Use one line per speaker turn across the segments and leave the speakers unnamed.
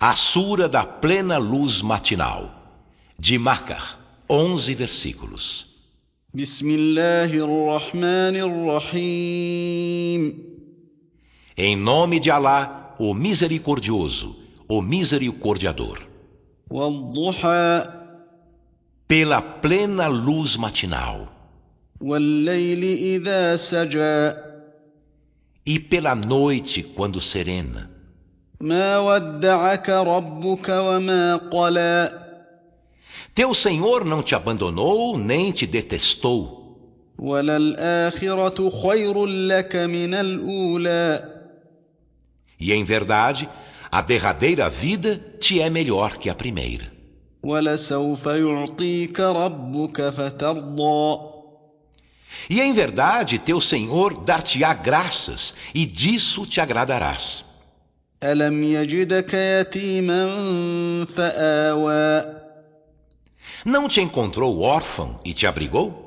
A Sura da Plena Luz Matinal, de Macar, 11 versículos.
بسم الله الرحمن الرحيم
Em nome de Alá, o Misericordioso, o Misericordiador.
والضحى
Pela plena luz matinal
والليل إذا سجى
e pela noite quando serena,
ما ودعك ربك وما قلى
teu Senhor não te abandonou nem te detestou.
وللآخرة خير لك من الأولى
E em verdade, a derradeira vida te é melhor que a primeira.
ولسوف يعطيك ربك فترضى
E em verdade, teu Senhor dar-te-á graças e disso te agradarás.
ألم يجدك يتيما فآوى
Não te encontrou órfão e te abrigou?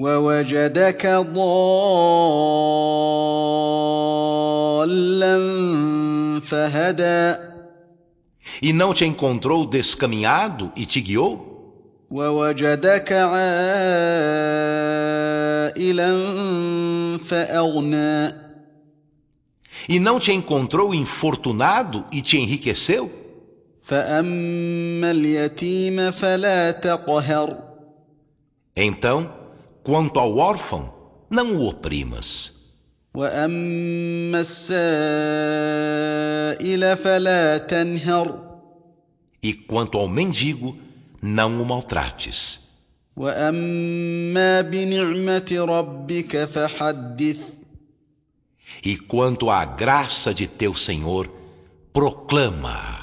ووجدك ضالا فهدى
E não te encontrou descaminhado e te guiou?
ووجدك عائلا فأغنى
E não te encontrou infortunado e te enriqueceu?
فأما اليتيم فلا تقهر
Então, quanto ao órfão, não o oprimas.
وأما السائل فلا تنهر
E quanto ao mendigo, não o maltrates.
وأما بنعمة ربك فحدث
E quanto à graça de teu Senhor, proclama-a.